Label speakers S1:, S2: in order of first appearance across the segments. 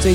S1: 最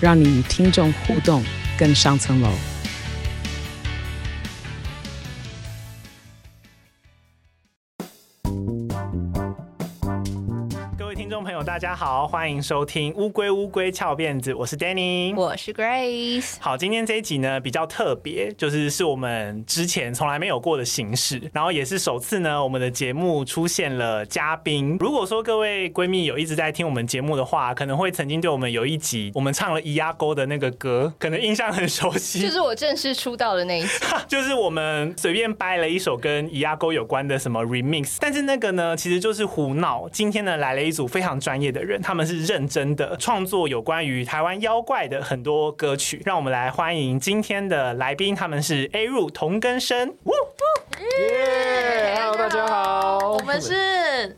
S1: 让你与听众互动更上层楼。
S2: 各位听众朋友，大家好，欢迎收听《乌龟乌龟翘辫子》，我是 Danny，
S3: 我是 Grace。
S2: 好，今天这一集呢比较特别，就是是我们之前从来没有过的形式，然后也是首次呢，我们的节目出现了嘉宾。如果说各位闺蜜有一直在听我们节目的话，可能会曾经对我们有一集我们唱了咿呀沟的那个歌，可能印象很熟悉，
S3: 就是我正式出道的那一集，
S2: 就是我们随便掰了一首跟咿呀沟有关的什么 remix，但是那个呢，其实就是胡闹。今天呢，来了一组非常专业的人，他们是认真的创作有关于台湾妖怪的很多歌曲。让我们来欢迎今天的来宾，他们是 A 入同根生。呜
S4: 耶！Hello，大家好，
S3: 我们是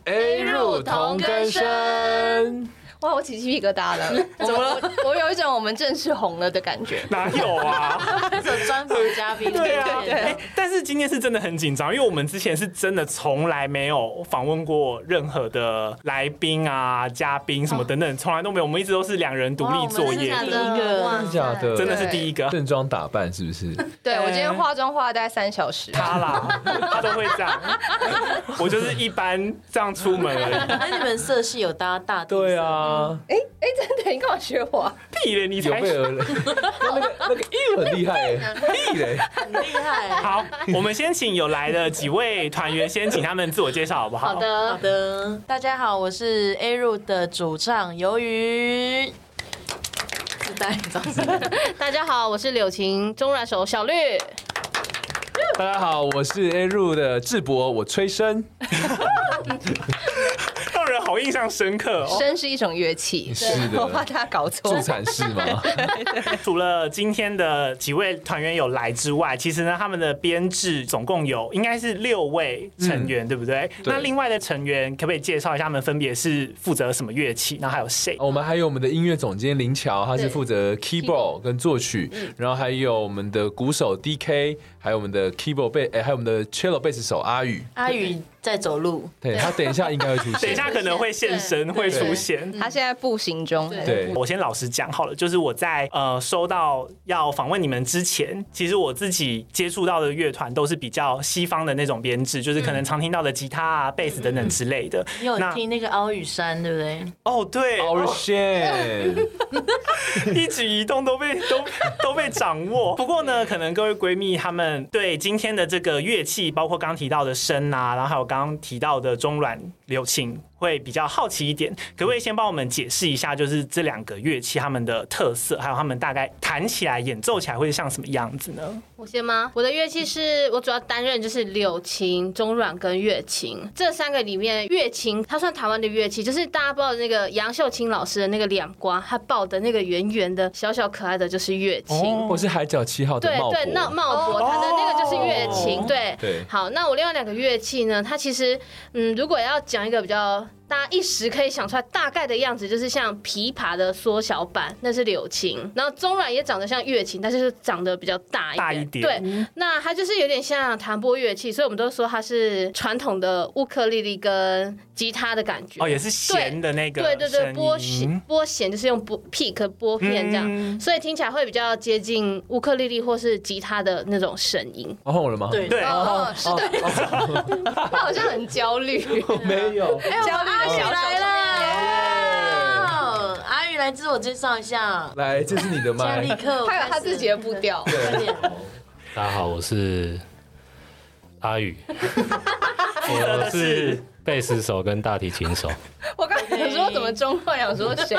S2: 哎
S4: A 入同根生。
S3: 哇，我起鸡皮疙瘩了， 怎么了？我有一种我们正式红了的感觉。
S2: 哪有啊？
S5: 这种专访嘉宾，
S2: 对啊，
S3: 对
S2: 哎但是今天是真的很紧张，因为我们之前是真的从来没有访问过任何的来宾啊、嘉宾什么等等，从来都没有。哦我们一直都是两人独立作业，
S5: 哇我们真的
S3: 第一个
S5: 哇
S4: 真的假的？
S2: 真的是第一个。
S4: 正装打扮是不是？
S3: 对
S2: 哎
S3: 我今天化妆化了大概三小时，
S2: 他啦，他都会这样。我就是一般这样出门而已。
S5: 那你们色系有搭大地色
S4: 对，啊，
S3: 哎，真的，你干嘛学我啊？
S2: 屁嘞，你
S4: 有
S2: 才
S4: 备而来。那那个那个又很厉害欸，屁嘞！
S5: 很厉害。
S2: 好。我们先请有来的几位团员，先请他们自我介绍好不好？
S3: 好。
S5: 好
S3: 的，
S5: 的，大家好，我是 A 入的主唱鱿鱼。自带掌声，
S3: 大家好，我是柳琴中软手小绿。
S4: 大家好，我是 A 入的智博，我吹笙，
S2: 让人好印象深刻哦。
S3: 笙是一种乐器，
S4: 是
S3: 对
S4: 的
S3: 我怕大家搞错
S4: 助。产士嘛。
S2: 除了今天的几位团员有来之外，其实呢，他们的编制总共有应该是六位成员，对不对？
S4: 嗯对
S2: 那另外的成员可不可以介绍一下，他们分别是负责什么乐器，然后还有谁？
S4: 我们还有我们的音乐总监林乔，他是负责 keyboard 跟作曲，然后还有我们的鼓手 DK，还有我们的 keyboard 贝，哎，还有我们的 cello 贝斯手阿宇。
S5: 阿宇在走路，
S4: 对他等一下应该会出现。
S2: 等一下可能会现身，会出现。
S3: 他现在步行中，
S4: 对，
S2: 我先老实讲好了，就是我在呃收到要访问你们之前，其实我自己接触到的乐团都是比较西方的那种编制，就是可能常听到的吉他啊、贝斯等等之类的。
S5: 嗯你有
S2: 那
S5: 听那个奥宇山对不对？
S2: 哦，对，
S4: Our Shane，
S2: 一举一动都被都都被掌 握。不过呢，可能各位闺蜜她们对今天的这个乐器，包括刚提到的笙啊，然后还有刚刚提到的中阮柳琴，会比较好奇一点。可不可以先帮我们解释一下，就是这两个乐器它们的特色，还有它们大概弹起来、演奏起来会像什么样子呢？
S6: 我先吗？我的乐器是我主要担任就是柳琴、中阮跟乐琴这三个里面，乐琴它算台湾的乐器，就是大家不知道那个杨秀清老师的那个两瓜，他抱的那个圆圆的小小可爱的就是乐琴。
S2: 哦
S4: 或是海角七号的
S6: 对
S4: 茂博。
S6: 对，那茂博他的那个就是乐
S2: 哦
S6: 琴，对
S4: 对
S6: 好，那我另外两个乐器呢，它其实嗯，如果要讲一个比较大家一时可以想出来大概的样子，就是像琵琶的缩小版，那是柳琴，然后中阮也长得像乐琴，但是就长得比较大一点，
S2: 大一点嗯
S6: 对，那它就是有点像弹拨乐器，所以我们都说它是传统的乌克丽丽跟吉他的感觉。
S2: 哦，也是弦的那个
S6: 对对对，
S2: 声
S6: 拨
S2: 音
S6: 弦拨弦就是用拨 pick 拨片这样，
S2: 嗯
S6: 所以听起来会比较接近乌克丽丽或是吉他的那种声音。
S4: 哦换我了吗？
S5: 对
S2: 对，
S3: 哦，是的，他好像很焦 虑，
S4: 没有。
S3: 焦虑的小手
S5: 来
S4: 耶
S5: 了，阿宇来自我介绍一下，
S4: 来，这是你的
S5: 现在
S4: 麦
S5: 立。刻
S3: 他有他自己的步调。
S5: 开始，快点
S7: 大家好，我是阿
S2: 嗯
S7: 宇，我是贝斯手跟大提琴手。
S3: 我刚才想说怎么中断，想说谁？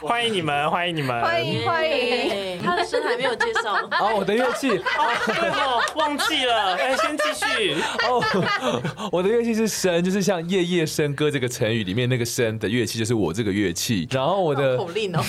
S2: 欢迎你们，欢迎你们，
S3: 欢迎欢迎。
S5: 他的声还没有介绍，
S4: 啊，我的乐器，
S2: 哦，对哦，忘记了，哎，先继 续。
S4: 我的乐器是笙，就是像“夜夜笙歌”这个成语里面那个“笙”的乐器，就是我这个乐器。然后我的
S5: 口令哦，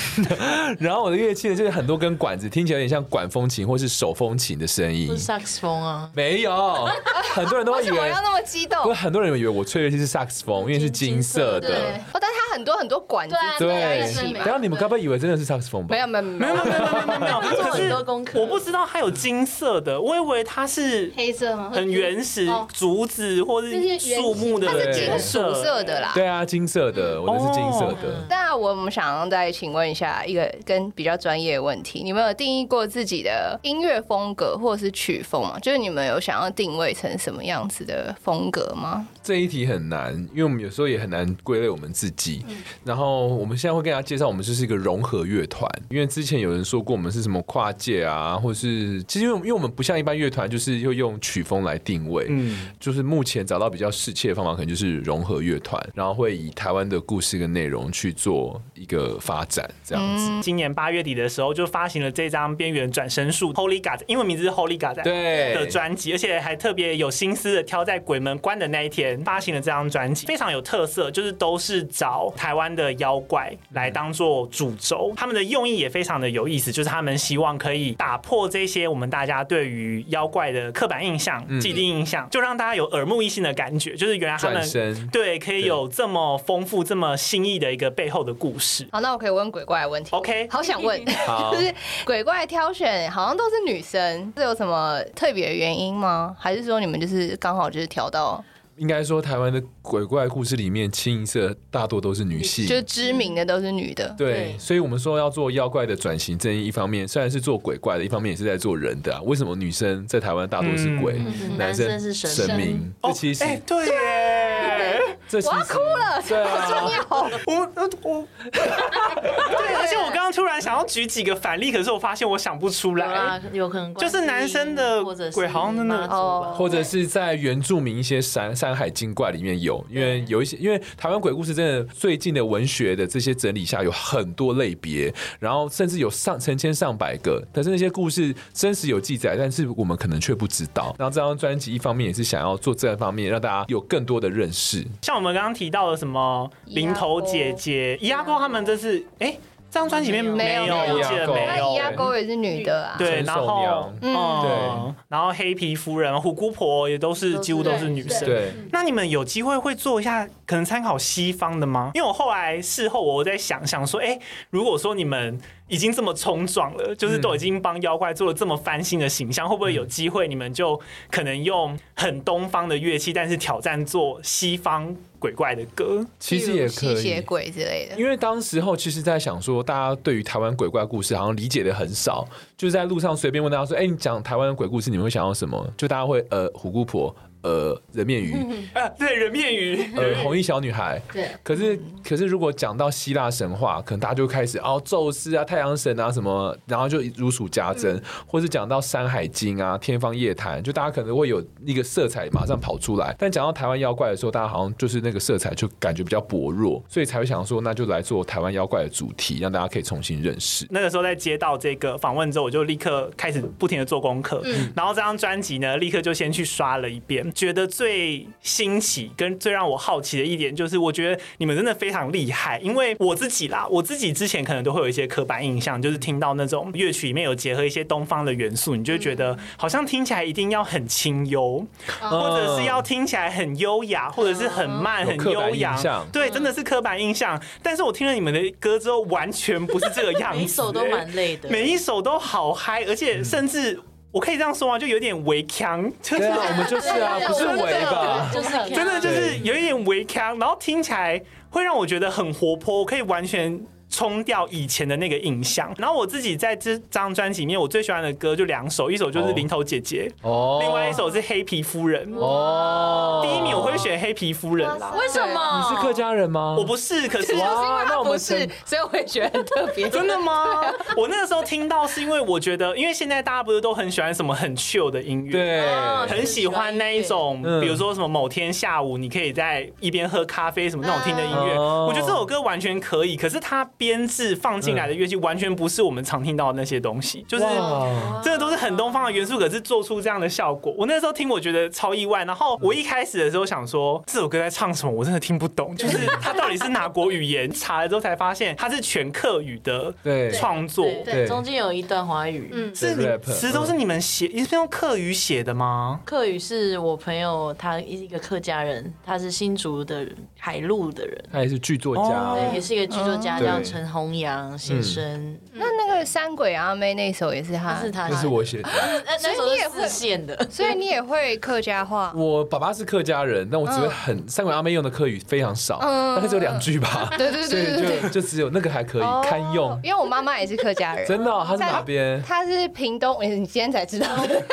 S4: 然后我的乐器呢，就是很多根管子，听起来有点像管风琴或是手风琴的声音
S5: 是。萨克斯风啊，
S4: 没有，很多人都会以
S3: 为什么
S4: 为
S3: 要，那么激动？
S4: 不是很多人以为我吹乐器是萨克斯风，因为是金色的。
S3: 哦，但它很多很多管子
S6: 对啊
S3: 在
S4: 对
S3: 一起，嘛
S4: 然。后你们该不会以为真的是萨克斯风吧
S3: 没？有没有没
S2: 没有
S3: 有，
S2: 哦没有没有没有没 有，
S5: 做
S2: 可
S5: 很
S2: 是
S5: 多功课
S2: 我不知道它有金色的，我以为它是
S6: 黑色吗？
S2: 很原始
S6: 哦
S2: 竹子或
S6: 这是
S2: 是
S6: 原型
S2: 树木的
S4: 它是
S2: 颜
S4: 金
S3: 属色的啦。
S4: 对啊，金色的，我的是金色的。
S3: 那我们想要再请问一下一个跟比较专业的问题，你们有定义过自己的音乐风格或者是曲风吗？就是你们有想要定位成什么样子的风格吗？
S4: 这一题很难，因为我们有时候也很难归类我们自己。然后我们现在会跟大家介绍，我们就是一个融合乐团，因为之前有人说过我们是什么跨界啊，或是其实因为因为我们不像一般乐团，就是又用曲风来定位。
S2: 嗯，
S4: 就是目前找到比较适切的方法，可能就是融合乐团，然后会以台湾的故事跟内容去做一个发展，这样子。
S2: 今年八月底的时候就发行了这张《边缘转身术》（Holy God），英文名字是 Holy 啊 God
S4: 对
S2: 的专辑，而且还特别有心思的挑在鬼门关的那一天发行了这张专辑，非常有特色，就是都是找台湾的妖怪来
S4: 嗯
S2: 当做主轴，他们的用意也非常的有意思，就是他们希望可以打破这些我们大家对于妖怪的刻板印象、
S4: 嗯
S2: 既定印象，就让大家有耳目一新的感觉，就是原来他
S4: 转
S2: 们
S4: 身
S2: 对可以有这么丰富、这么新意的一个背后的故事。
S3: 好，那我可以问鬼怪的问题。
S2: OK
S3: 好想问，
S4: 好
S3: 就是鬼怪挑选好像都是女生，这有什么特别的原因吗？还是说你们就是刚好就是挑到
S4: 应该说，台湾的鬼怪故事里面，清一色大多都是女性，
S3: 就是知名的都是女的？
S4: 对
S5: 对，
S4: 所以我们说要做妖怪的转型正义，一方面虽然是做鬼怪的，一方面也是在做人的、啊。为什么女生在台湾大多是鬼，
S5: 嗯
S4: 生
S5: 男生是神
S4: 明？这其实，
S2: 哎、对耶，
S4: 这其实，
S3: 我要哭了，
S4: 对啊
S3: 好重要。
S2: 我我我，对，而且我刚刚突然想要举几个反例，可是我发现我想不出
S5: 有啊
S2: 来。，
S5: 有可能关
S2: 就是男生的
S5: 系或者是
S2: 鬼好像真的
S5: 妈祖吧啊
S3: 哦
S4: 或者是在原住民一些山山海精怪里面有，因为有一些，因为台湾鬼故事真的最近的文学的这些整理下有很多类别，然后甚至有上成千上百个，但是那些故事真实有记载，但是我们可能却不知道。然后这张专辑一方面也是想要做这方面，让大家有更多的认识。
S2: 像我们刚刚提到的什么零头姐姐、伊阿波他们这次，哎、这张专辑里面
S3: 没有
S2: 有，
S3: 没有
S2: 我记得没
S3: 那
S2: 有
S3: 伊。阿沟也是女的啊。
S2: 对，
S4: 陈
S2: 然
S4: 寿
S2: 后
S4: 娘
S2: 嗯，然后黑皮夫人、虎姑婆也都是几乎都是女生。
S4: 对，
S2: 那你们有机会会做一下，可能参考西方的吗？因为我后来事后我在想想说，哎、如果说你们已经这么冲撞了，就是都已经帮妖怪做了这么翻新的形象，会不会有机会你们就可能用很东方的乐器，但是挑战做西方鬼怪的歌？
S4: 其实也可
S3: 吸血
S4: 以。
S3: 鬼之啊类的。
S4: 因为当时候其实，在想说，大家对于台湾鬼怪故事好像理解的很少，就是在路上随便问大家说：“哎、你讲台湾的鬼故事，你们会想到什么？”就大家会呃，虎姑婆，呃，人面鱼，
S2: 啊，对，人面鱼。
S4: 呃，红衣小女孩。
S5: 对。
S4: 可是，可是如果讲到希腊神话，可能大家就开始哦，宙斯啊，太阳神啊什么，然后就如数家珍，或是讲到《山海经》啊，《天方夜谭》，就大家可能会有一个色彩马上跑出来。但讲到台湾妖怪的时候，大家好像就是那个色彩就感觉比较薄弱，所以才会想说，那就来做台湾妖怪的主题，让大家可以重新认识。
S2: 那个时候在接到这个访问之后，我就立刻开始不停的做功课，然后这张专辑呢，立刻就先去刷了一遍，觉得最新奇跟最让我好奇的一点就是，我觉得你们真的非常厉害，因为我自己啦，我自己之前可能都会有一些刻板印象，就是听到那种乐曲里面有结合一些东方的元素，你就会觉得好像听起来一定要很清幽，或者是要听起来很优雅，或者是很慢、
S4: 有
S2: 很
S4: 刻板
S2: 悠
S4: 印
S2: 扬
S4: 象，
S2: 对，真的是刻板印象。但是我听了你们的歌之后，完全不是这个样子、
S5: 每一首都蛮累的，
S2: 每一首都好嗨，而且甚至我可以这样说吗？啊就有点微腔，就是
S4: 对啊，我们就是啊，不是围吧？
S5: 就是
S2: 真的就是有一点微腔，然后听起来会让我觉得很活泼，我可以完全。冲掉以前的那个印象。然后我自己在这张专辑里面，我最喜欢的歌就两首，一首就是
S4: 哦
S2: 《零头姐姐》
S4: 哦
S2: 另外一首是《黑皮夫人》。
S4: 哦，
S2: 第一名我会选《黑皮夫人》啦，
S5: 为什么？
S4: 你是客家人吗？
S2: 我不是，可是
S3: 就是因
S4: 哇
S3: 为
S4: 那
S3: 他
S4: 我们
S3: 不是
S4: 成，
S3: 所以我也觉得很特别。
S2: 真的吗？ 我那个时候听到是因为我觉得，因为现在大家不是都很喜欢什么很 chill 的音乐，
S4: 对，
S5: 哦
S2: 很喜欢那一种
S4: 嗯，
S2: 比如说什么某天下午，你可以在一边喝咖啡什么那种听的音乐，
S4: 哦
S2: 我觉得这首歌完全可以。可是它编制放进来的乐器完全不是我们常听到的那些东西，就是
S4: 哇
S2: 这个都是很东方的元素，可是做出这样的效果，我那时候听我觉得超意外。然后我一开始的时候想说这首歌在唱什么，我真的听不懂，就是它到底是哪国语言？查了之后才发现它是全客语的
S4: 对
S2: 创作。
S5: 对
S4: 对
S5: 对，中间有一段华语，嗯，
S6: 嗯，
S2: 是
S4: 对
S2: 你
S4: rap，
S2: 词都是你们写，你是用客语写的吗？
S5: 客语是我朋友，他一个客家人，他是新竹的人海陆的人，
S4: 他也是剧作
S5: 对，
S4: 家
S2: 哦，
S5: 也是一个剧作家，
S4: 对
S5: 叫陈弘扬先生，
S3: 那那个山鬼阿妹那首也是他
S5: 他，是他，
S4: 那是我写的。
S5: 那，
S3: 所
S5: 那
S3: 以
S5: 时候
S3: 你也
S5: 是
S3: 会
S5: 四线的，
S3: 所以你也会客家话。
S4: 我爸爸是客家人，但我只会很三鬼阿妹用的客语非常少，
S3: 嗯
S4: 大概只有两句吧，
S3: 对 对
S4: 所
S3: 对对对
S4: 以就就只有那个还可以堪
S3: 哦
S4: 用。
S3: 因为我妈妈也是客家人，
S4: 真的哦，他是
S3: 在
S4: 哪 边？
S3: 她是屏东，诶你今天才知道，。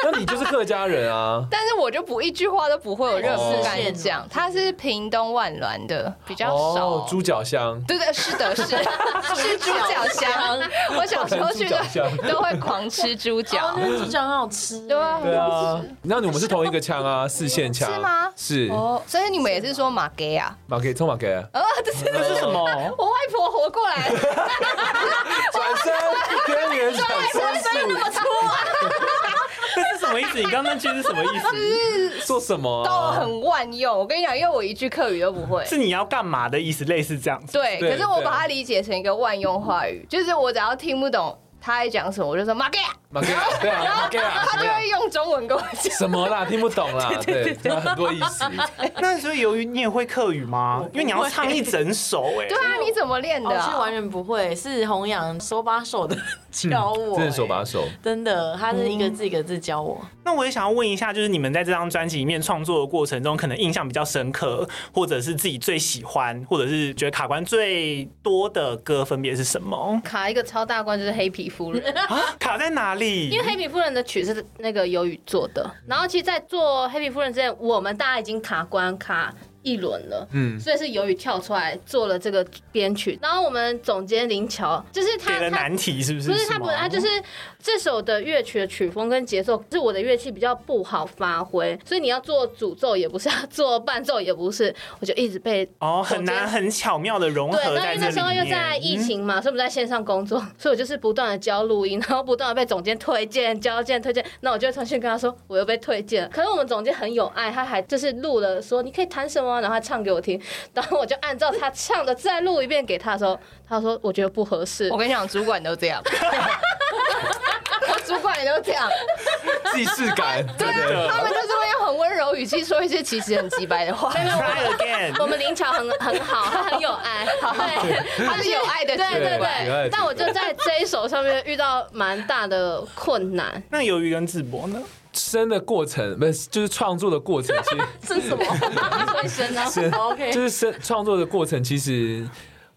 S4: 那你就是客家人啊
S3: 但是我就不一句话都不会，我就很不敢
S5: 哦
S3: 讲。她是屏东万峦的，比较
S4: 哦
S3: 少，。
S4: 猪脚香。
S3: 对对，是的，是是猪脚香。我小时候去
S4: 猪脚香
S3: 都都会狂吃猪脚
S5: 哦，，那猪脚很好吃，
S3: 对啊，
S4: 对 啊，那我们是同一个腔啊，四线腔
S3: 是吗
S4: 是，
S3: 哦，所以你们也是说马给啊？
S4: 马给冲马给，
S3: 啊，这是
S2: 这是什么？
S3: 我外婆活过来，
S4: 转身，边缘 转身术，
S3: 啊
S2: 这是什么意思？你刚刚那句是什么意
S6: 嗯
S2: 思？
S4: 做什么
S3: 都
S4: 啊？
S3: 很万用。我跟你讲，因为我一句客语都不会。
S2: 是你要干嘛的意思？类似这样子。
S3: 对，
S4: 对
S3: 可是我
S4: 对
S3: 把它理解成一个万用话语，就是我只要听不懂他在讲什么，我就说马给啊，
S4: 马给，对 啊，马给啊，
S3: 他
S4: 什
S3: 就
S4: 么啦
S3: 会用中文跟我讲。
S4: 什么啦？听不懂啦， 对，它很多意 思。
S2: 那所以由于你也会客语吗？因为你要唱一整首哎、
S3: 对啊，你怎么练
S2: 哦
S5: 我
S3: 的
S5: 是
S3: 啊？
S5: 完全不会，是弘扬手把手的教我、
S4: 嗯真的手把手，
S5: 真的，他是一
S2: 嗯
S5: 个字一个字教我。
S2: 那我也想要问一下，就是你们在这张专辑里面创作的过程中，可能印象比较深刻，或者是自己最喜欢，或者是觉得卡关最多的歌，分别是什么？
S6: 卡一个超大关就是黑皮夫 人，
S2: 啊，卡在哪里？
S6: 因为黑皮夫人的曲是那个鱿鱼做的，
S2: 嗯
S6: 然后其实，在做黑皮夫人之前，我们大家已经卡关卡。一轮了，嗯，所以是鱿鱼跳出来做了这个编曲，然后我们总监林乔就是他
S2: 给了
S6: 他
S2: 难题是不是？
S6: 不是他不
S2: 吗
S6: 是他就是这首的乐曲的曲风跟节奏是我的乐器比较不好发挥，所以你要做主奏也不是，要做伴奏也不是，我就一直被
S2: 哦，很难很巧妙的融合
S6: 对，那
S2: 在
S6: 因为
S2: 这
S6: 那时候
S2: 里
S6: 又
S2: 面。嗯
S6: 在疫情嘛，所以我们在线上工作， 所以我就是不断的教录音，然后不断的被总监推荐、交荐、推荐。那我就会重新跟他说，我又被推荐了。可是我们总监很有爱，他还就是录了说你可以弹什么，然后他唱给我听，然后我就按照他唱的再录一遍给他的时候，他说我觉得不合适
S2: 哦
S3: 我。跟你讲，主管都这样，我主管也都这样，
S4: 既视感，对的。
S3: 他们 就是会用很温柔语气说一些其实很直白的话。
S2: 嗯 Try again，
S6: 我们林巧很很好，他很有爱，对，
S3: 他是有爱的
S6: 对
S3: 主
S6: 对
S3: 管
S4: 有爱的
S6: 对。
S4: 主
S6: 但我就在这一首上面遇到蛮大的困难，
S2: 那鱿鱼跟智博呢？
S4: 生的过程不是就是创作的过程，其实
S5: 是什么？会生啊？OK，
S4: 哦就是生创作的过程，其实。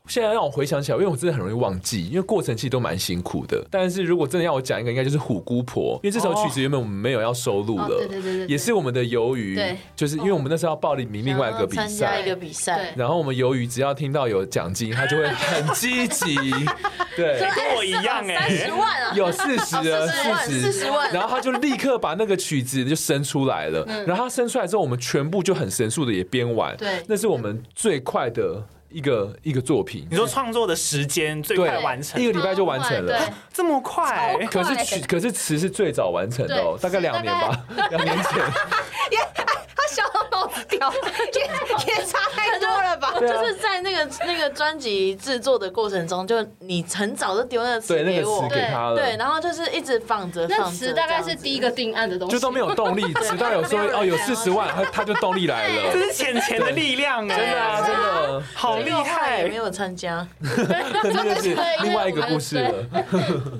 S4: 现在让我回想起来，因为我真的很容易忘记，因为过程其实都蛮辛苦的。但是如果真的要我讲一个，应该就是《虎姑婆》，因为这首曲子原本我们没有要收录了，
S6: 哦对对对对对
S4: 也是我们的鱿鱼
S6: 对，
S4: 就是因为我们那时候要报名另外一个比
S5: 参加
S4: 赛
S5: 一，个比赛
S6: 对，
S4: 然后我们鱿鱼只要听到有奖金，他就会很积 极，对，
S2: 跟我一样哎、
S5: 万啊！
S4: 有四十了，
S5: 40
S4: 四
S5: 40万嗯
S4: 然后他就立刻把那个曲子就生出来了。然后他生出来之后，我们全部就很神速的也编完。
S5: 对
S4: 那是我们最快的一个一个作品
S2: 你，说创作的时间最快完成
S4: 一，个礼拜就完成了
S5: 哦
S4: 哎
S6: 对。
S2: 这么快？
S4: 可是曲，可是词是最早完成的哦，
S6: 对
S4: 大概两年吧，两年前。
S3: 他笑到帽子掉， 也也差太多了吧？
S4: 对啊
S5: 就是在那个那个专辑制作的过程中，就你很早就丢那个词
S4: 对，那
S5: 给
S4: 个词
S5: 我，
S4: 给他了。
S5: 对，然后就是一直放着
S6: 那
S5: 放着，
S6: 词大概
S5: 这
S6: 是
S5: 样子
S6: 第一个定案的东西，
S4: 就都没有动力，直到有说
S5: 没有人
S4: 哦有
S5: 想要
S4: 四十万，他他就动力来了
S2: 这，是钱钱的力量哎、
S4: 真的啊，真的，
S2: 好厉
S5: 因为我后来也
S2: 害
S5: 没！有参加，
S4: 这就是另外一个故事了。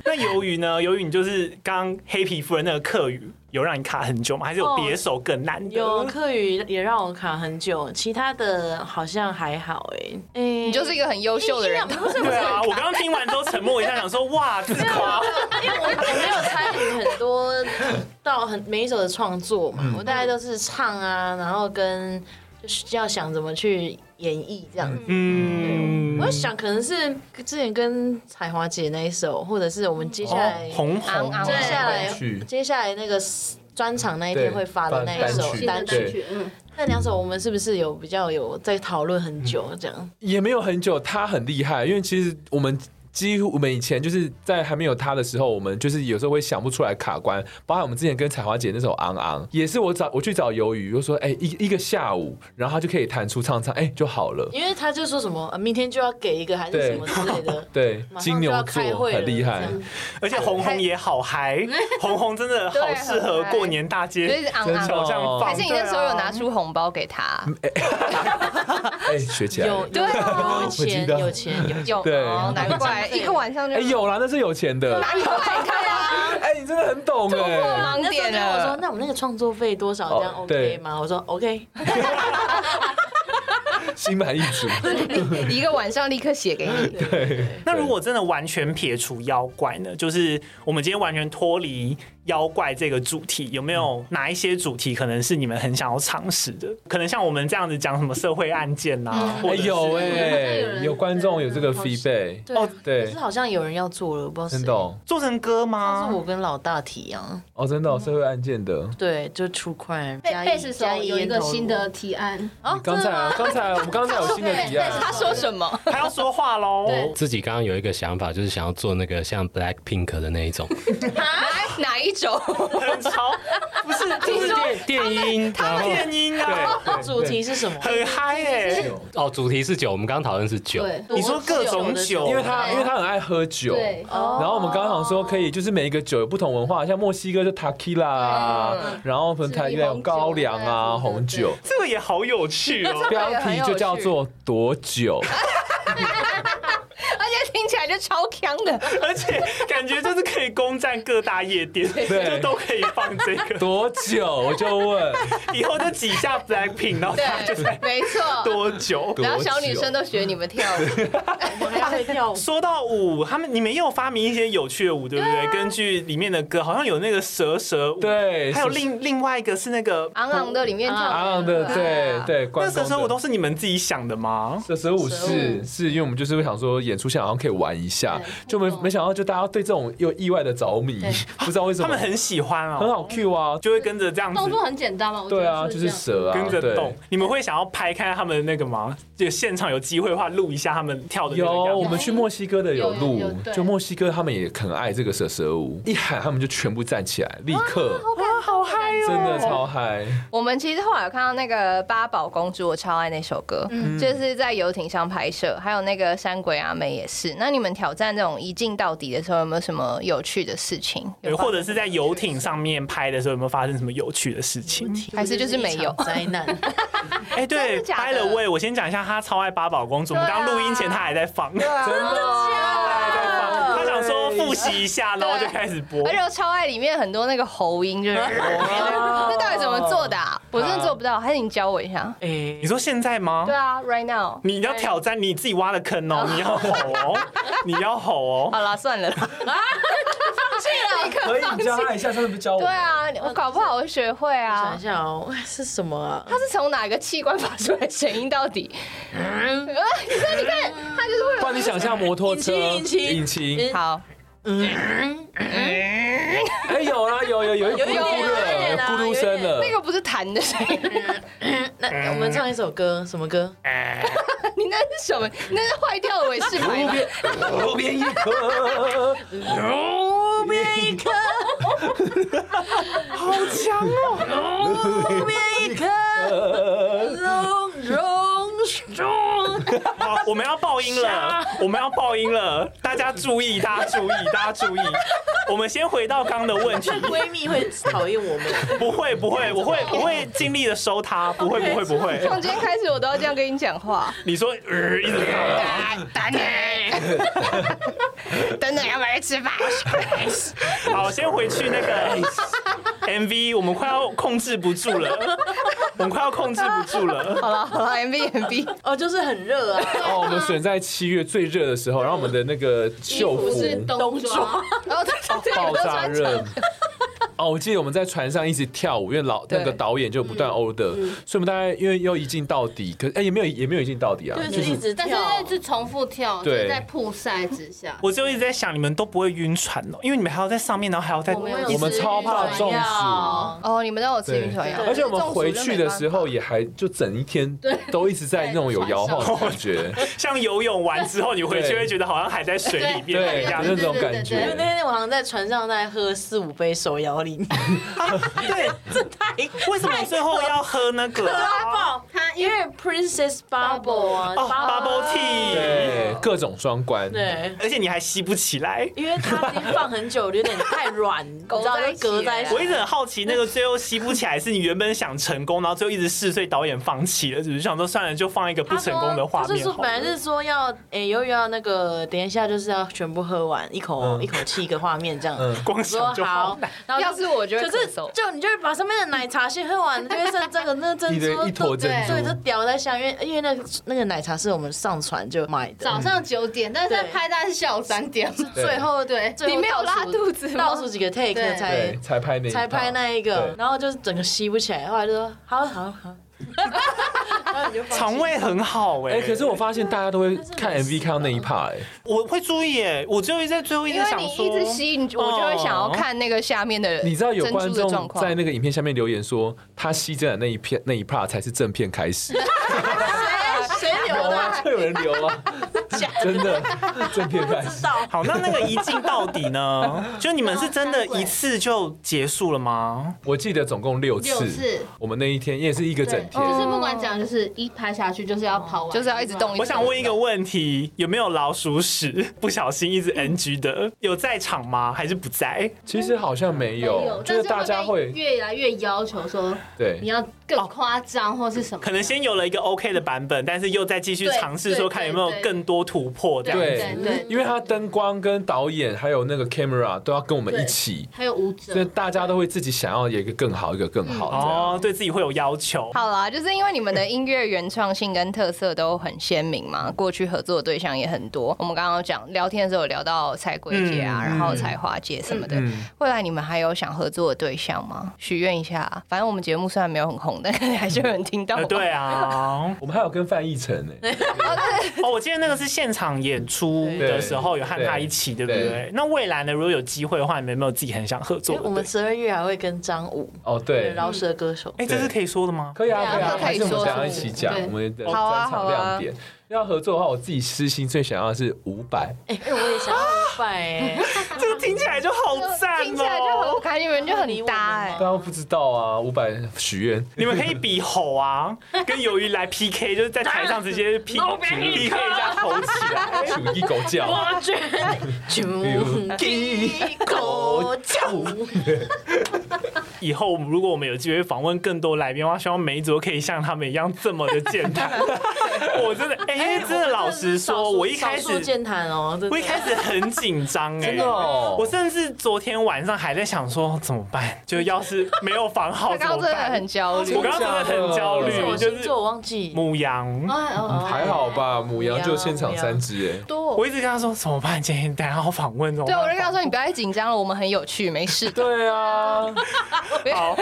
S2: 那鱿鱼呢？鱿鱼你就是刚黑皮夫人那个客语，有让你卡很久吗？还是有
S5: 哦
S2: 别首更难的？
S5: 有课语也让我卡很久，其他的好像还好哎、欸。哎、
S3: 你就是一个很优秀的人
S6: 不。是不是不
S2: 对
S6: 是，
S2: 啊，我刚刚听完之后沉默一下，想说哇，自夸。
S5: 因为我我没有参与很多到很每一首的创作嘛，
S4: 嗯
S5: 我大概都是唱啊，然后跟就是要想怎么去演绎这样子。
S2: 嗯，
S5: 我在想，可能是之前跟彩华姐那一首，或者是我们接下来、
S2: 哦，红红
S3: 昂昂
S5: 接下来
S4: 单曲
S5: 接下来那个专场那一天
S4: 对
S5: 会发的那一首
S4: 单曲
S6: 新的
S5: 单
S4: 对
S5: 曲，
S6: 单曲，嗯，
S5: 那两首我们是不是有比较有在讨论很久
S4: 嗯
S5: 这样？
S4: 也没有很久，他很厉害，因为其实我们。几乎我们以前就是在还没有他的时候，我们就是有时候会想不出来卡关，包含我们之前跟彩华姐那首《昂昂》，也是我找我去找鱿鱼，就说哎、一一个下午，然后他就可以弹出唱唱，哎、就好了。
S5: 因为他就说什么、呃明天就要给一个还是
S4: 对，
S5: 什么之类的
S4: 对，
S5: 马
S4: 金
S5: 上就
S4: 牛
S5: 要开
S4: 座
S5: 会了
S4: 很厉害
S5: 这，样
S2: 而且红红也好 嗨，红红真的好适合过年大
S3: 所以
S2: 街
S3: 是昂
S4: 真
S3: 昂，
S4: 的
S2: 小
S4: 哦
S2: 巷放。
S3: 还是你那时候有
S2: 对啊？
S3: 拿出红包给他？
S4: 哎、学起来了
S5: 有
S3: 对啊
S5: 有
S4: 我记
S5: 钱
S4: 得
S5: 有钱有
S3: 有，
S4: 对啊
S3: 哦难怪一个晚上就哎
S4: 哎、有啦，那是有钱 的，
S3: 难怪他呀，
S4: 哎、你真的很懂哎、
S3: 盲点
S5: 那时候就问我说
S3: 了。：“
S5: 那我们那个创作费多少？
S4: 哦
S5: 这样 OK
S4: 对
S5: 吗？”我说：“OK。
S4: 心满意 足。
S3: 一个晚上立刻写给 你，
S2: 那如果真的完全撇除妖怪呢？就是我们今天完全脱离妖怪这个主题，有没有哪一些主题可能是你们很想要尝试的？可能像我们这样子讲什么社会案件呐、
S3: 嗯
S2: 啊，
S4: 哎、
S2: 或者是
S4: 有哎、
S6: 有人
S4: 有观众有这个
S5: 好像
S4: feedback，”
S5: 对啊
S2: 哦
S4: 对
S5: 可是好像有人要做了，我不知道
S4: 真
S5: 谁。
S4: 的哦，
S2: 做成歌
S5: 上次
S2: 吗？
S5: 我跟老大提啊，
S4: 哦真的哦，社会案件的。
S5: 对，就 True Crime
S6: 贝
S5: 加一
S6: 贝斯手
S5: 加
S6: 有一
S5: 烟
S6: 个
S5: 头
S6: 新的提案，
S5: 哦，
S4: 刚才啊刚才我们刚才有新的提案，
S3: 他说什么？
S2: 还要说话喽？
S7: 自己刚刚有一个想法，就是想要做那个像 Black Pink 的那一 种
S3: 哪哪一 种？
S2: 很 潮，
S4: 哦
S2: 不是就是
S7: 电电音，然后
S2: 电音啊，
S4: 对，对
S5: 主题是什么？
S2: 很嗨哎、
S7: 哦，主题是酒，我们刚刚讨论是酒，
S6: 对
S2: 你说各种酒，
S4: 因为他因为他很爱喝酒。
S6: 对，
S5: 哦
S4: 然后我们刚刚想说，可以就是每一个酒有不同文化，像墨西哥就 tequila，啊然后可能台湾有高粱啊、
S6: 是红
S4: 红
S6: 酒
S4: 酒，
S2: 这个也好有趣哦。
S4: 标题就叫做“多久
S3: 而且听起来就超强的，
S2: 而且感觉就是可以攻占各大夜店，就都可以放这个。
S4: 多久”，我就问，
S2: 以后就挤下 Blackpink，然后大家就
S3: 对
S2: 在，
S3: 没错。
S2: 多久？。
S3: 然后小女生都学你们跳舞，
S5: 我还会跳舞
S2: 说到舞，他们你们也有发明一些有趣的舞，对不对？根据里面的歌，好像有那个蛇蛇舞，
S4: 啊对
S2: 还有
S4: 是
S2: 另另外一个是那个
S3: 昂昂的里面跳舞
S4: 昂昂的，啊对对，
S2: 那
S4: 关
S2: 蛇
S4: 公
S2: 蛇
S4: 的
S2: 舞都是你们自己想的吗？
S4: 蛇蛇舞是是因为我们就是会想说演出现好像可以玩一下，就没没想到就大家对这种又意外的着迷，不知道为什
S2: 他
S4: 么
S2: 们很喜欢
S4: 很
S2: 哦，
S4: 好 Q 啊，
S2: 就会跟着这样子
S6: 动作很简单嘛，我觉得
S4: 对啊，就
S6: 这
S4: 是
S6: 样
S4: 蛇啊，
S2: 跟着
S4: 对
S2: 动。你们会想要拍看他们那个吗？就现场有机会的话，录一下他们跳的那
S4: 有，
S2: 个样
S4: 我
S2: 子。
S4: 们去墨西哥的有
S6: 有有
S4: 录
S6: 有对，
S4: 就墨西哥他们也很爱这个蛇蛇舞，一喊他们就全部站起来，立刻，
S2: 好嗨哦！
S4: 真的超嗨，
S3: 我们其实后来有看到那个《八宝公主》，我超爱那首歌，
S4: 嗯
S3: 就是在游艇上拍摄，还有那个《山鬼阿美》也是。那你们挑战这种一镜到底的时候，有没有什么有趣的事情？
S2: 对，或者是在游艇上面拍的时候，有没有发生什么有趣的事情？
S3: 还是就是没有
S5: 一场灾 难，
S2: 嗯哎、对，
S3: 嗯假的
S2: 拍了喂，我先讲一下，他超爱八宝公主。我们
S3: 对啊
S2: 刚录音前他还在放，他
S3: 啊
S4: 真的
S2: 还想说复习一下，然后就开始播
S3: 而。且我超爱里面很多那个喉 音，就是那到底怎么做的、啊？我真的做不到，还是你教我一
S4: 啊
S3: 下？
S5: 哎
S2: 你，说现在吗
S3: 对？啊，right now。
S2: 你要挑战你自己挖的坑哦，你要吼哦，你要吼哦。
S3: 好啦，算了啦，
S4: 可以你教他一下，上次不是教我
S3: 对
S4: 吗？
S3: 啊，我搞不好我学会
S5: 想
S3: 啊
S5: 一。下哦， 哇是什么啊？
S3: 它是从哪个器官发出来的声音？到底？
S2: 嗯
S3: 啊你看，你看，它就是会有
S4: 不然你想象摩托车
S5: 引擎引
S4: 引擎，
S3: 好。
S4: 哎、有啦，有有有一咕
S5: 有
S4: 噜
S5: 一点
S4: 咕噜
S5: 有一
S4: 了，
S5: 点啊
S4: 咕噜声了。
S3: 那个不是弹的声音，
S5: 那我们唱一首歌，什么歌？
S3: 你那是什么？你那是坏掉的尾饰牌
S4: 路
S3: 吗？
S4: 边，路边一棵，
S5: 路边一棵， 好强哦！路边一棵 龙榕树，
S2: 好，我们要爆音了，我们要爆音了，大家注意，大家注意，大家注意。我们先回到刚的问题，
S5: 闺蜜会讨厌我们。
S2: 不会不会，我会我会尽力的收他，不会不会不会。
S3: 从今天开始，我都要这样跟你讲话。
S2: 你说，呃，一直放
S3: 等 等，等等，要不要吃饭？
S2: 好，先回去那个 MV 我们快要控制不住了，我们快要控制不住了。
S3: 好了好了，MV MV，
S5: 哦，就是很热啊，
S4: 哦，我们选在七月最热的时候，然后我们的那个秀
S6: 衣
S4: 服
S6: 服是冬装，
S3: 然后对对
S4: 爆
S3: 对，
S4: 炸热。哦，我记得我们在船上一直跳舞，因为老
S3: 对
S4: 那个导演就不断 order，、所以我
S5: 嗯
S4: 们大概因为要一镜到底，可哎、也没有也没有一镜到底啊，
S5: 就是
S4: 就是
S5: 一直
S6: 但
S5: 跳
S6: 是。是重复跳，
S4: 对
S6: 就是在曝晒之下。
S2: 我就一直在想，你们都不会晕船哦，因为你们还要在上面，然后还要在
S6: 我没有
S4: 我们超怕中暑
S3: 哦，你们让我吃晕船药，
S5: 对
S4: 而且我们回去的时候也还就整一天都一直在那种有摇晃的感 觉，
S2: 像游泳完之后，你回去
S4: 对
S2: 会觉得好像还在水里面
S4: 对
S2: 一样。
S4: 有那种感
S5: 因为
S4: 觉
S5: 那天我好像在船上在喝四五杯手摇 饮，
S2: 啊对，
S5: 太
S2: 为什么最后要喝那个啊？
S5: 爆它，因为 Princess Bubble 啊
S2: 哦，bubble tea，
S4: 对，各种双关，
S5: 对，
S2: 而且你还吸不起来。
S5: 因为它已经放很久，有点太 软，你知道就隔在一起
S2: 我一直很好奇，那个最后吸不起来，是你原本想成功，然后最后一直试，所以导演放弃了，只是想说算了，就放一个不成功的画
S5: 他
S2: 面
S5: 说
S2: 好
S5: 本来
S2: 了。
S5: 是说要，诶、由于要那个，等一下就是要全部喝完，一口、
S4: 嗯
S5: 一口气一个画面这样。
S4: 嗯
S2: 光
S5: 我说
S2: 想 就好
S5: 好，然后就
S3: 要是我就会
S5: 可是
S3: 咳嗽
S5: 就你就把上面的奶茶先喝完，就会剩这个 那珍
S4: 一
S5: 珠
S4: 人一坨珍珠
S5: 对，就掉在下面，因为那个那个奶茶是我们上船就买的，
S6: 早上九点，但是在
S5: 对
S6: 拍大概是下午三点，
S5: 最后 对，最后
S3: 你没有
S5: 倒
S3: 拉
S5: 数
S3: 肚子吗
S5: 倒数几个 take
S6: 对
S5: 才
S4: 对，才拍那一
S5: 才拍
S4: 套
S5: 那一个
S4: 对，
S5: 然后就是整个吸不起来，后来就说好 好好，然后你就放弃
S2: 肠胃很好哎、
S4: 哎、可是我发现大家都会看 MV 看到那一 part，哎、
S2: 我会注意哎、我最后一直在最后一直
S3: 因为
S2: 想
S3: 你
S2: 说，
S3: 一直吸，你我就会想
S2: 哦
S3: 要看那个下面的，
S4: 你知道有观
S3: 珍珠的状
S4: 众
S3: 况
S4: 在那个影片下面留言说，他吸真的那一片那一 part 才是正片开始，
S5: 谁留
S4: 有
S5: 的？
S4: 啊，会有人留啊，真的正片开始。
S5: 到
S2: 好，那那个一镜到底呢？就你们
S5: 啊
S2: 是真的一次就结束了吗？
S4: 我记得总共六次，
S6: 六次。
S4: 我们那一天也是一个整
S6: 对哦就
S4: 天，
S6: 是不管讲，就是一拍下去就是要跑完，
S3: 就是要一直动。。
S2: 我想问一个问题，有没有老鼠屎不小心一直 NG 的？有在场吗？还是不在？
S4: 其实好像没有，就
S6: 但
S4: 是大家
S6: 被
S4: 会
S6: 越来越要求说你
S4: 对。
S6: 要更夸张或是什么，
S2: 可能先有了一个 OK 的版本，但是又再继续
S6: 对
S2: 尝试说
S6: 对
S2: 看
S6: 对
S2: 有没有
S6: 对
S2: 更多突破这样子。
S6: 对对，
S4: 因为他灯光跟导演还有那个 camera 都要跟我们一
S6: 对
S4: 起，
S6: 还有舞
S4: 所以
S6: 者，
S4: 大家都会自己想要有一个更好，一个更好这样。
S2: 哦，对自己会有要求。
S3: 好啦，就是因为你们的音乐原创性跟特色都很鲜明嘛，
S2: 嗯
S3: 过去合作的对象也很多。我们刚刚有讲聊天的时候有聊到蔡圭姐啊，
S2: 嗯
S3: 然后才华姐什么的。
S4: 嗯，
S3: 未来你们还有想合作的对象吗？许愿一下，反正我们节目虽然没有很红，但可能还是有人听到。
S2: 呃， 对啊，
S4: 我们还有跟范逸臣呢，
S2: 哦，我记得那个是现场演出的时候有和他一起，对不对
S4: 对？
S2: 那未来呢？如果有机会的话，你们有没有自己很想合作
S5: 因为
S2: 的？
S5: 我们十二月还会跟张武，
S4: 哦对，
S5: 饶舌歌手，
S2: 哎，这是可以说的吗？
S4: 可以啊，可
S6: 对啊
S4: 以啊，
S3: 都可以
S4: 还是我们
S3: 说
S4: 想要一
S6: 出
S4: 起讲
S6: 来对
S4: 我们的
S3: 好啊
S4: 专
S3: 好
S4: 场
S3: 啊
S4: 亮点。要合作的话，我自己私心最想要的是五百，
S5: 哎、我也想要五百哎，
S2: 这个听起来就好赞
S3: 听起来就很，
S2: 哦
S3: 我！感觉你们就很搭哎、
S5: 哦
S4: 大家不知道啊，五百许 愿。
S2: 你们可以比吼啊，跟鱿鱼来 PK，就是在台上直接 P PK 一下吼起来。
S4: 属一狗叫，
S5: 我觉得
S2: 哎
S5: 就 一口酒，
S2: 以后如果我们有机会访问更多来宾的话，希望每一组都可以像他们一样这么的健谈。我真的，哎、真的老实说，我一开
S5: 少数
S2: 始
S5: 健谈哦，真
S2: 我一
S5: 的。
S2: 开始很紧张哎
S4: 真的。哦
S2: 我甚至昨天晚上还在想说怎么办，就要是没有防好
S3: 他
S2: 怎么
S3: 刚刚真的
S2: 办？
S3: 很焦虑
S2: 我。刚刚真的很焦虑
S5: 是我，
S2: 就
S5: 星
S2: 是
S5: 座我忘记，
S2: 母羊。
S6: 哎哦
S4: 还好吧？母羊就现场
S5: 母羊
S4: 三只哎，
S5: 多
S2: 我一直跟他说怎么办，今天等一下要访问怎么
S3: 对，
S2: 办？
S3: 我就跟他说你不要太紧张了，我们很有趣，没事的。
S4: 对啊，
S2: 好，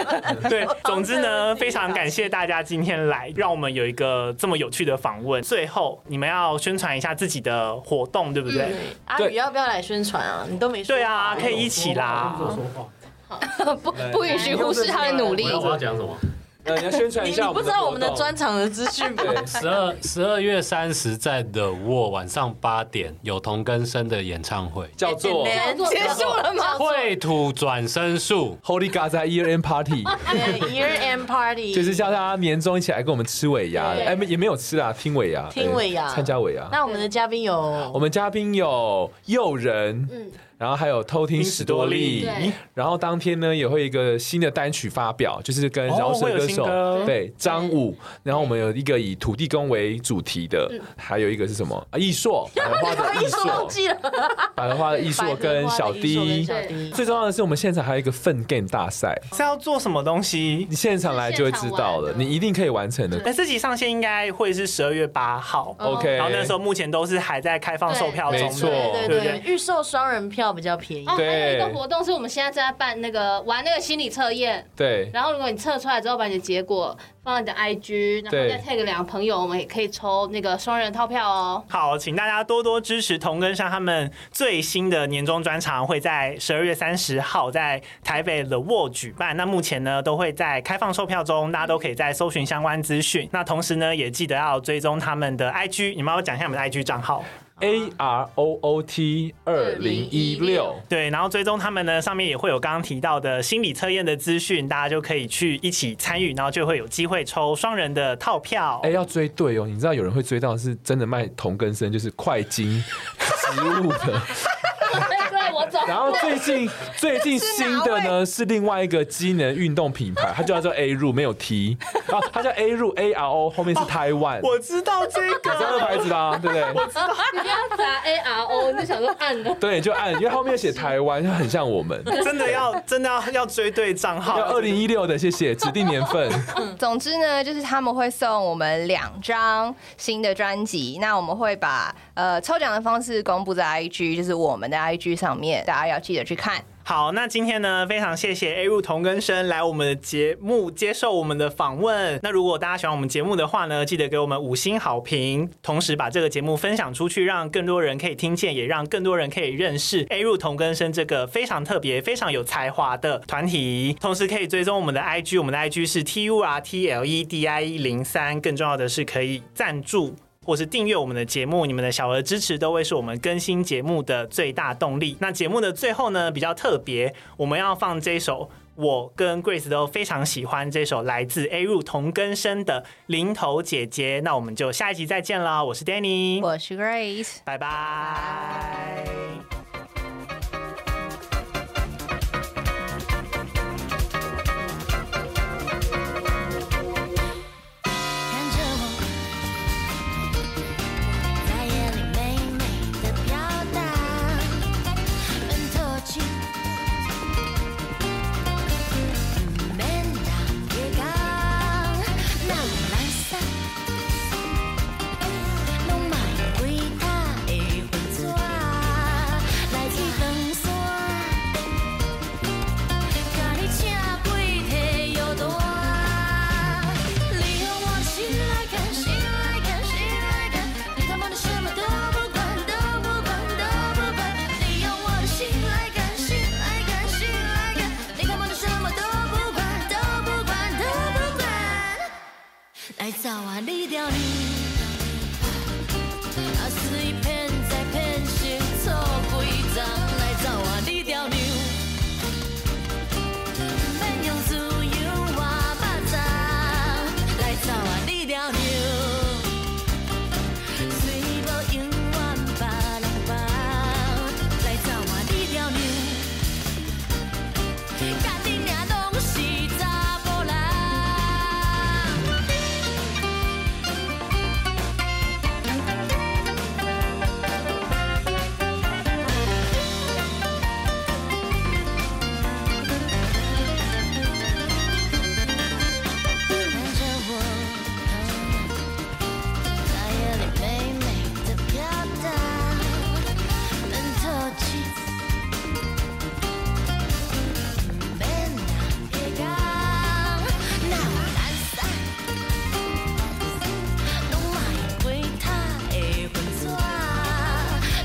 S2: 对，总之呢，非常感谢大家今天来，让我们有一个这么有趣的访问。最后，你们要宣传一下自己的活动，对不对？
S5: 阿宇啊要不要来宣传啊？你都没说
S2: 对啊，可以一起啦。
S3: 不不允许忽视他的努力
S7: 我。要我要讲什么？
S4: 呃，你要宣传
S5: 你
S4: 一
S5: 你
S4: 下
S5: 不知道我们的
S4: 活动
S5: 专场的资讯吗？
S4: 对
S7: 十二十二月三十在 The Wall 晚上八点有同根生的演唱会，
S4: 叫 做
S5: 哎
S6: 结束了
S5: 哦
S6: 吗？
S7: 秽土转身术。
S4: Holy Gaza Year End Party，
S5: 对，Year End Party
S4: 就是叫大家年终一起来跟我们吃尾牙，
S5: 对
S4: 哎，没也没有吃啦，听尾牙，
S5: 听尾牙
S4: 哎参加尾牙。
S5: 那我们的嘉宾有
S4: 我们嘉宾有诱人，嗯，然后还有偷听史多利
S6: 对，
S4: 然后当天呢也会有一个新的单曲发表，就是跟
S2: 哦
S4: 饶舌
S2: 会有
S4: 歌
S2: 新
S4: 手、
S2: 歌
S4: 对张武，然后我们有一个以土地公为主题的，还有一个是什么啊？艺硕，百合花的艺硕，
S8: 记了，
S4: 百合花的艺硕跟小
S8: 跟
S4: D。
S8: 小迪，
S4: 最重要的是，我们现场还有一个粪 game 大赛，
S2: 是要做什么东西？
S4: 你现场来就会知道了，
S6: 是现场玩的
S4: 你一定可以完成的。
S2: 那这集上线应该会是十二月八号。
S4: OK，
S2: 然后那时候目前都是还在开放售票中
S4: 对
S2: 的，
S4: 没错
S8: 对
S2: 对
S8: 对
S2: 不对
S8: 对，预售双人票比较便宜
S6: 哦，。还有一个
S4: 嗯对
S6: 活动是我们现在正在办那个玩那个心理测验，
S4: 对
S6: 然后如果你测出来之后，把你的结果放在你的 IG，然后
S4: 对
S6: 再 tag 两个朋友，我们也可以抽那个双人套票哦。
S2: 好，请大家多多支持同根山他们最新的年终专场，会在十二月三十号在台北 The w a l 举办。那目前呢都会在开放售票中，大家都可以在搜寻相关资讯。那同时呢也记得要追踪他们的 IG，你们要讲一下你们的 IG 账号。
S4: A R O O T 二零一六，
S2: 对，然后追踪他们呢，上面也会有刚刚提到的心理测验的资讯，大家就可以去一起参与，然后就会有机会抽双人的套票。
S4: 哎，要追对哦！你知道有人会追到是真的卖同根生，就是快金植物的。
S6: 对，我走。
S4: 然后最近最近新的呢是另外一个机能运动品牌，它就叫做 A 入，没有 T 啊，它叫 A 入 A R O，后面
S6: 哦
S4: 是台湾，你
S2: 我知道这
S4: 知道那个
S2: 个，
S4: 牌子啦，对不对？
S6: 你不要打 A R O，你就想说按了。
S4: 对，就按，因为后面写台湾，它很像我们。
S2: 真的要真的要要追对账号
S4: 要。二零一六的，谢谢指定年份。
S3: 总之呢，就是他们会送我们两张新的专辑，那我们会把呃抽奖的方式公布在 IG，就是我们的 IG 上面，大家要记得去看。
S2: 好，那今天呢，非常谢谢 A 入同根生来我们的节目接受我们的访问。那如果大家喜欢我们节目的话呢，记得给我们五星好评，同时把这个节目分享出去，让更多人可以听见，也让更多人可以认识 A 入同根生这个非常特别、非常有才华的团体。同时可以追踪我们的 IG，我们的 IG 是 T U R T L E D I 一零三。更重要的是，可以赞助或是订阅我们的节目，你们的小额支持都会是我们更新节目的最大动力。那节目的最后呢，比较特别，我们要放这首我跟 Grace 都非常喜欢这首来自 A 入同根生的《零头姐姐》。那我们就下一集再见啦！我是 Danny，
S3: 我是 Grace。
S2: 拜拜。
S5: 看着我，在夜里美美的飘荡，很透气。面到月光，那我蓝色，拢嘛有几塔的云纸，来去长山。甲你请几提药单，你让我心来看，心来看，心来看，你他妈的什么都不管，都不管，都不管，你让我心来看，心来看，心来看，你他妈的什么都不管，都不管，都不管，来造啊你掉你。啊！水骗再骗，心错几张来走啊！你条牛。免用自由我巴掌，来走啊你了了，虽无永远别人放，来走啊你了了，甲你命拢是查甫人。看着我，在夜里美美的飘荡，很透气。别那夜光，那蓝色，拢嘛有几塔的云纸，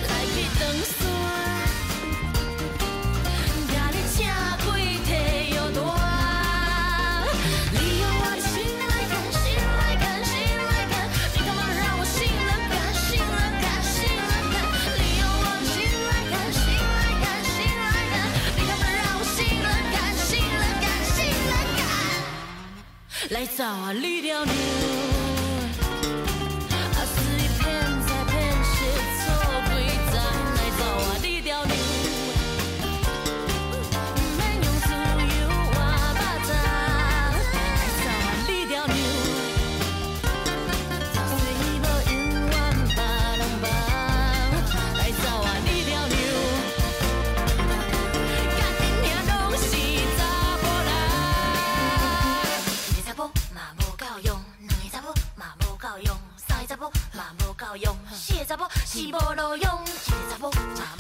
S5: 来去长山。甲你请几提药单，你让我心来干，心来干，心来干，你干嘛让我心来干，心来干，心来干，你让我心来干，心来干，心来干，你干嘛让我心来干，心来干，心来干，来找啊，你了了。啊，是一片在骗，写错几张来找我你条路。ろよ小さぼ茶啊啊啊啊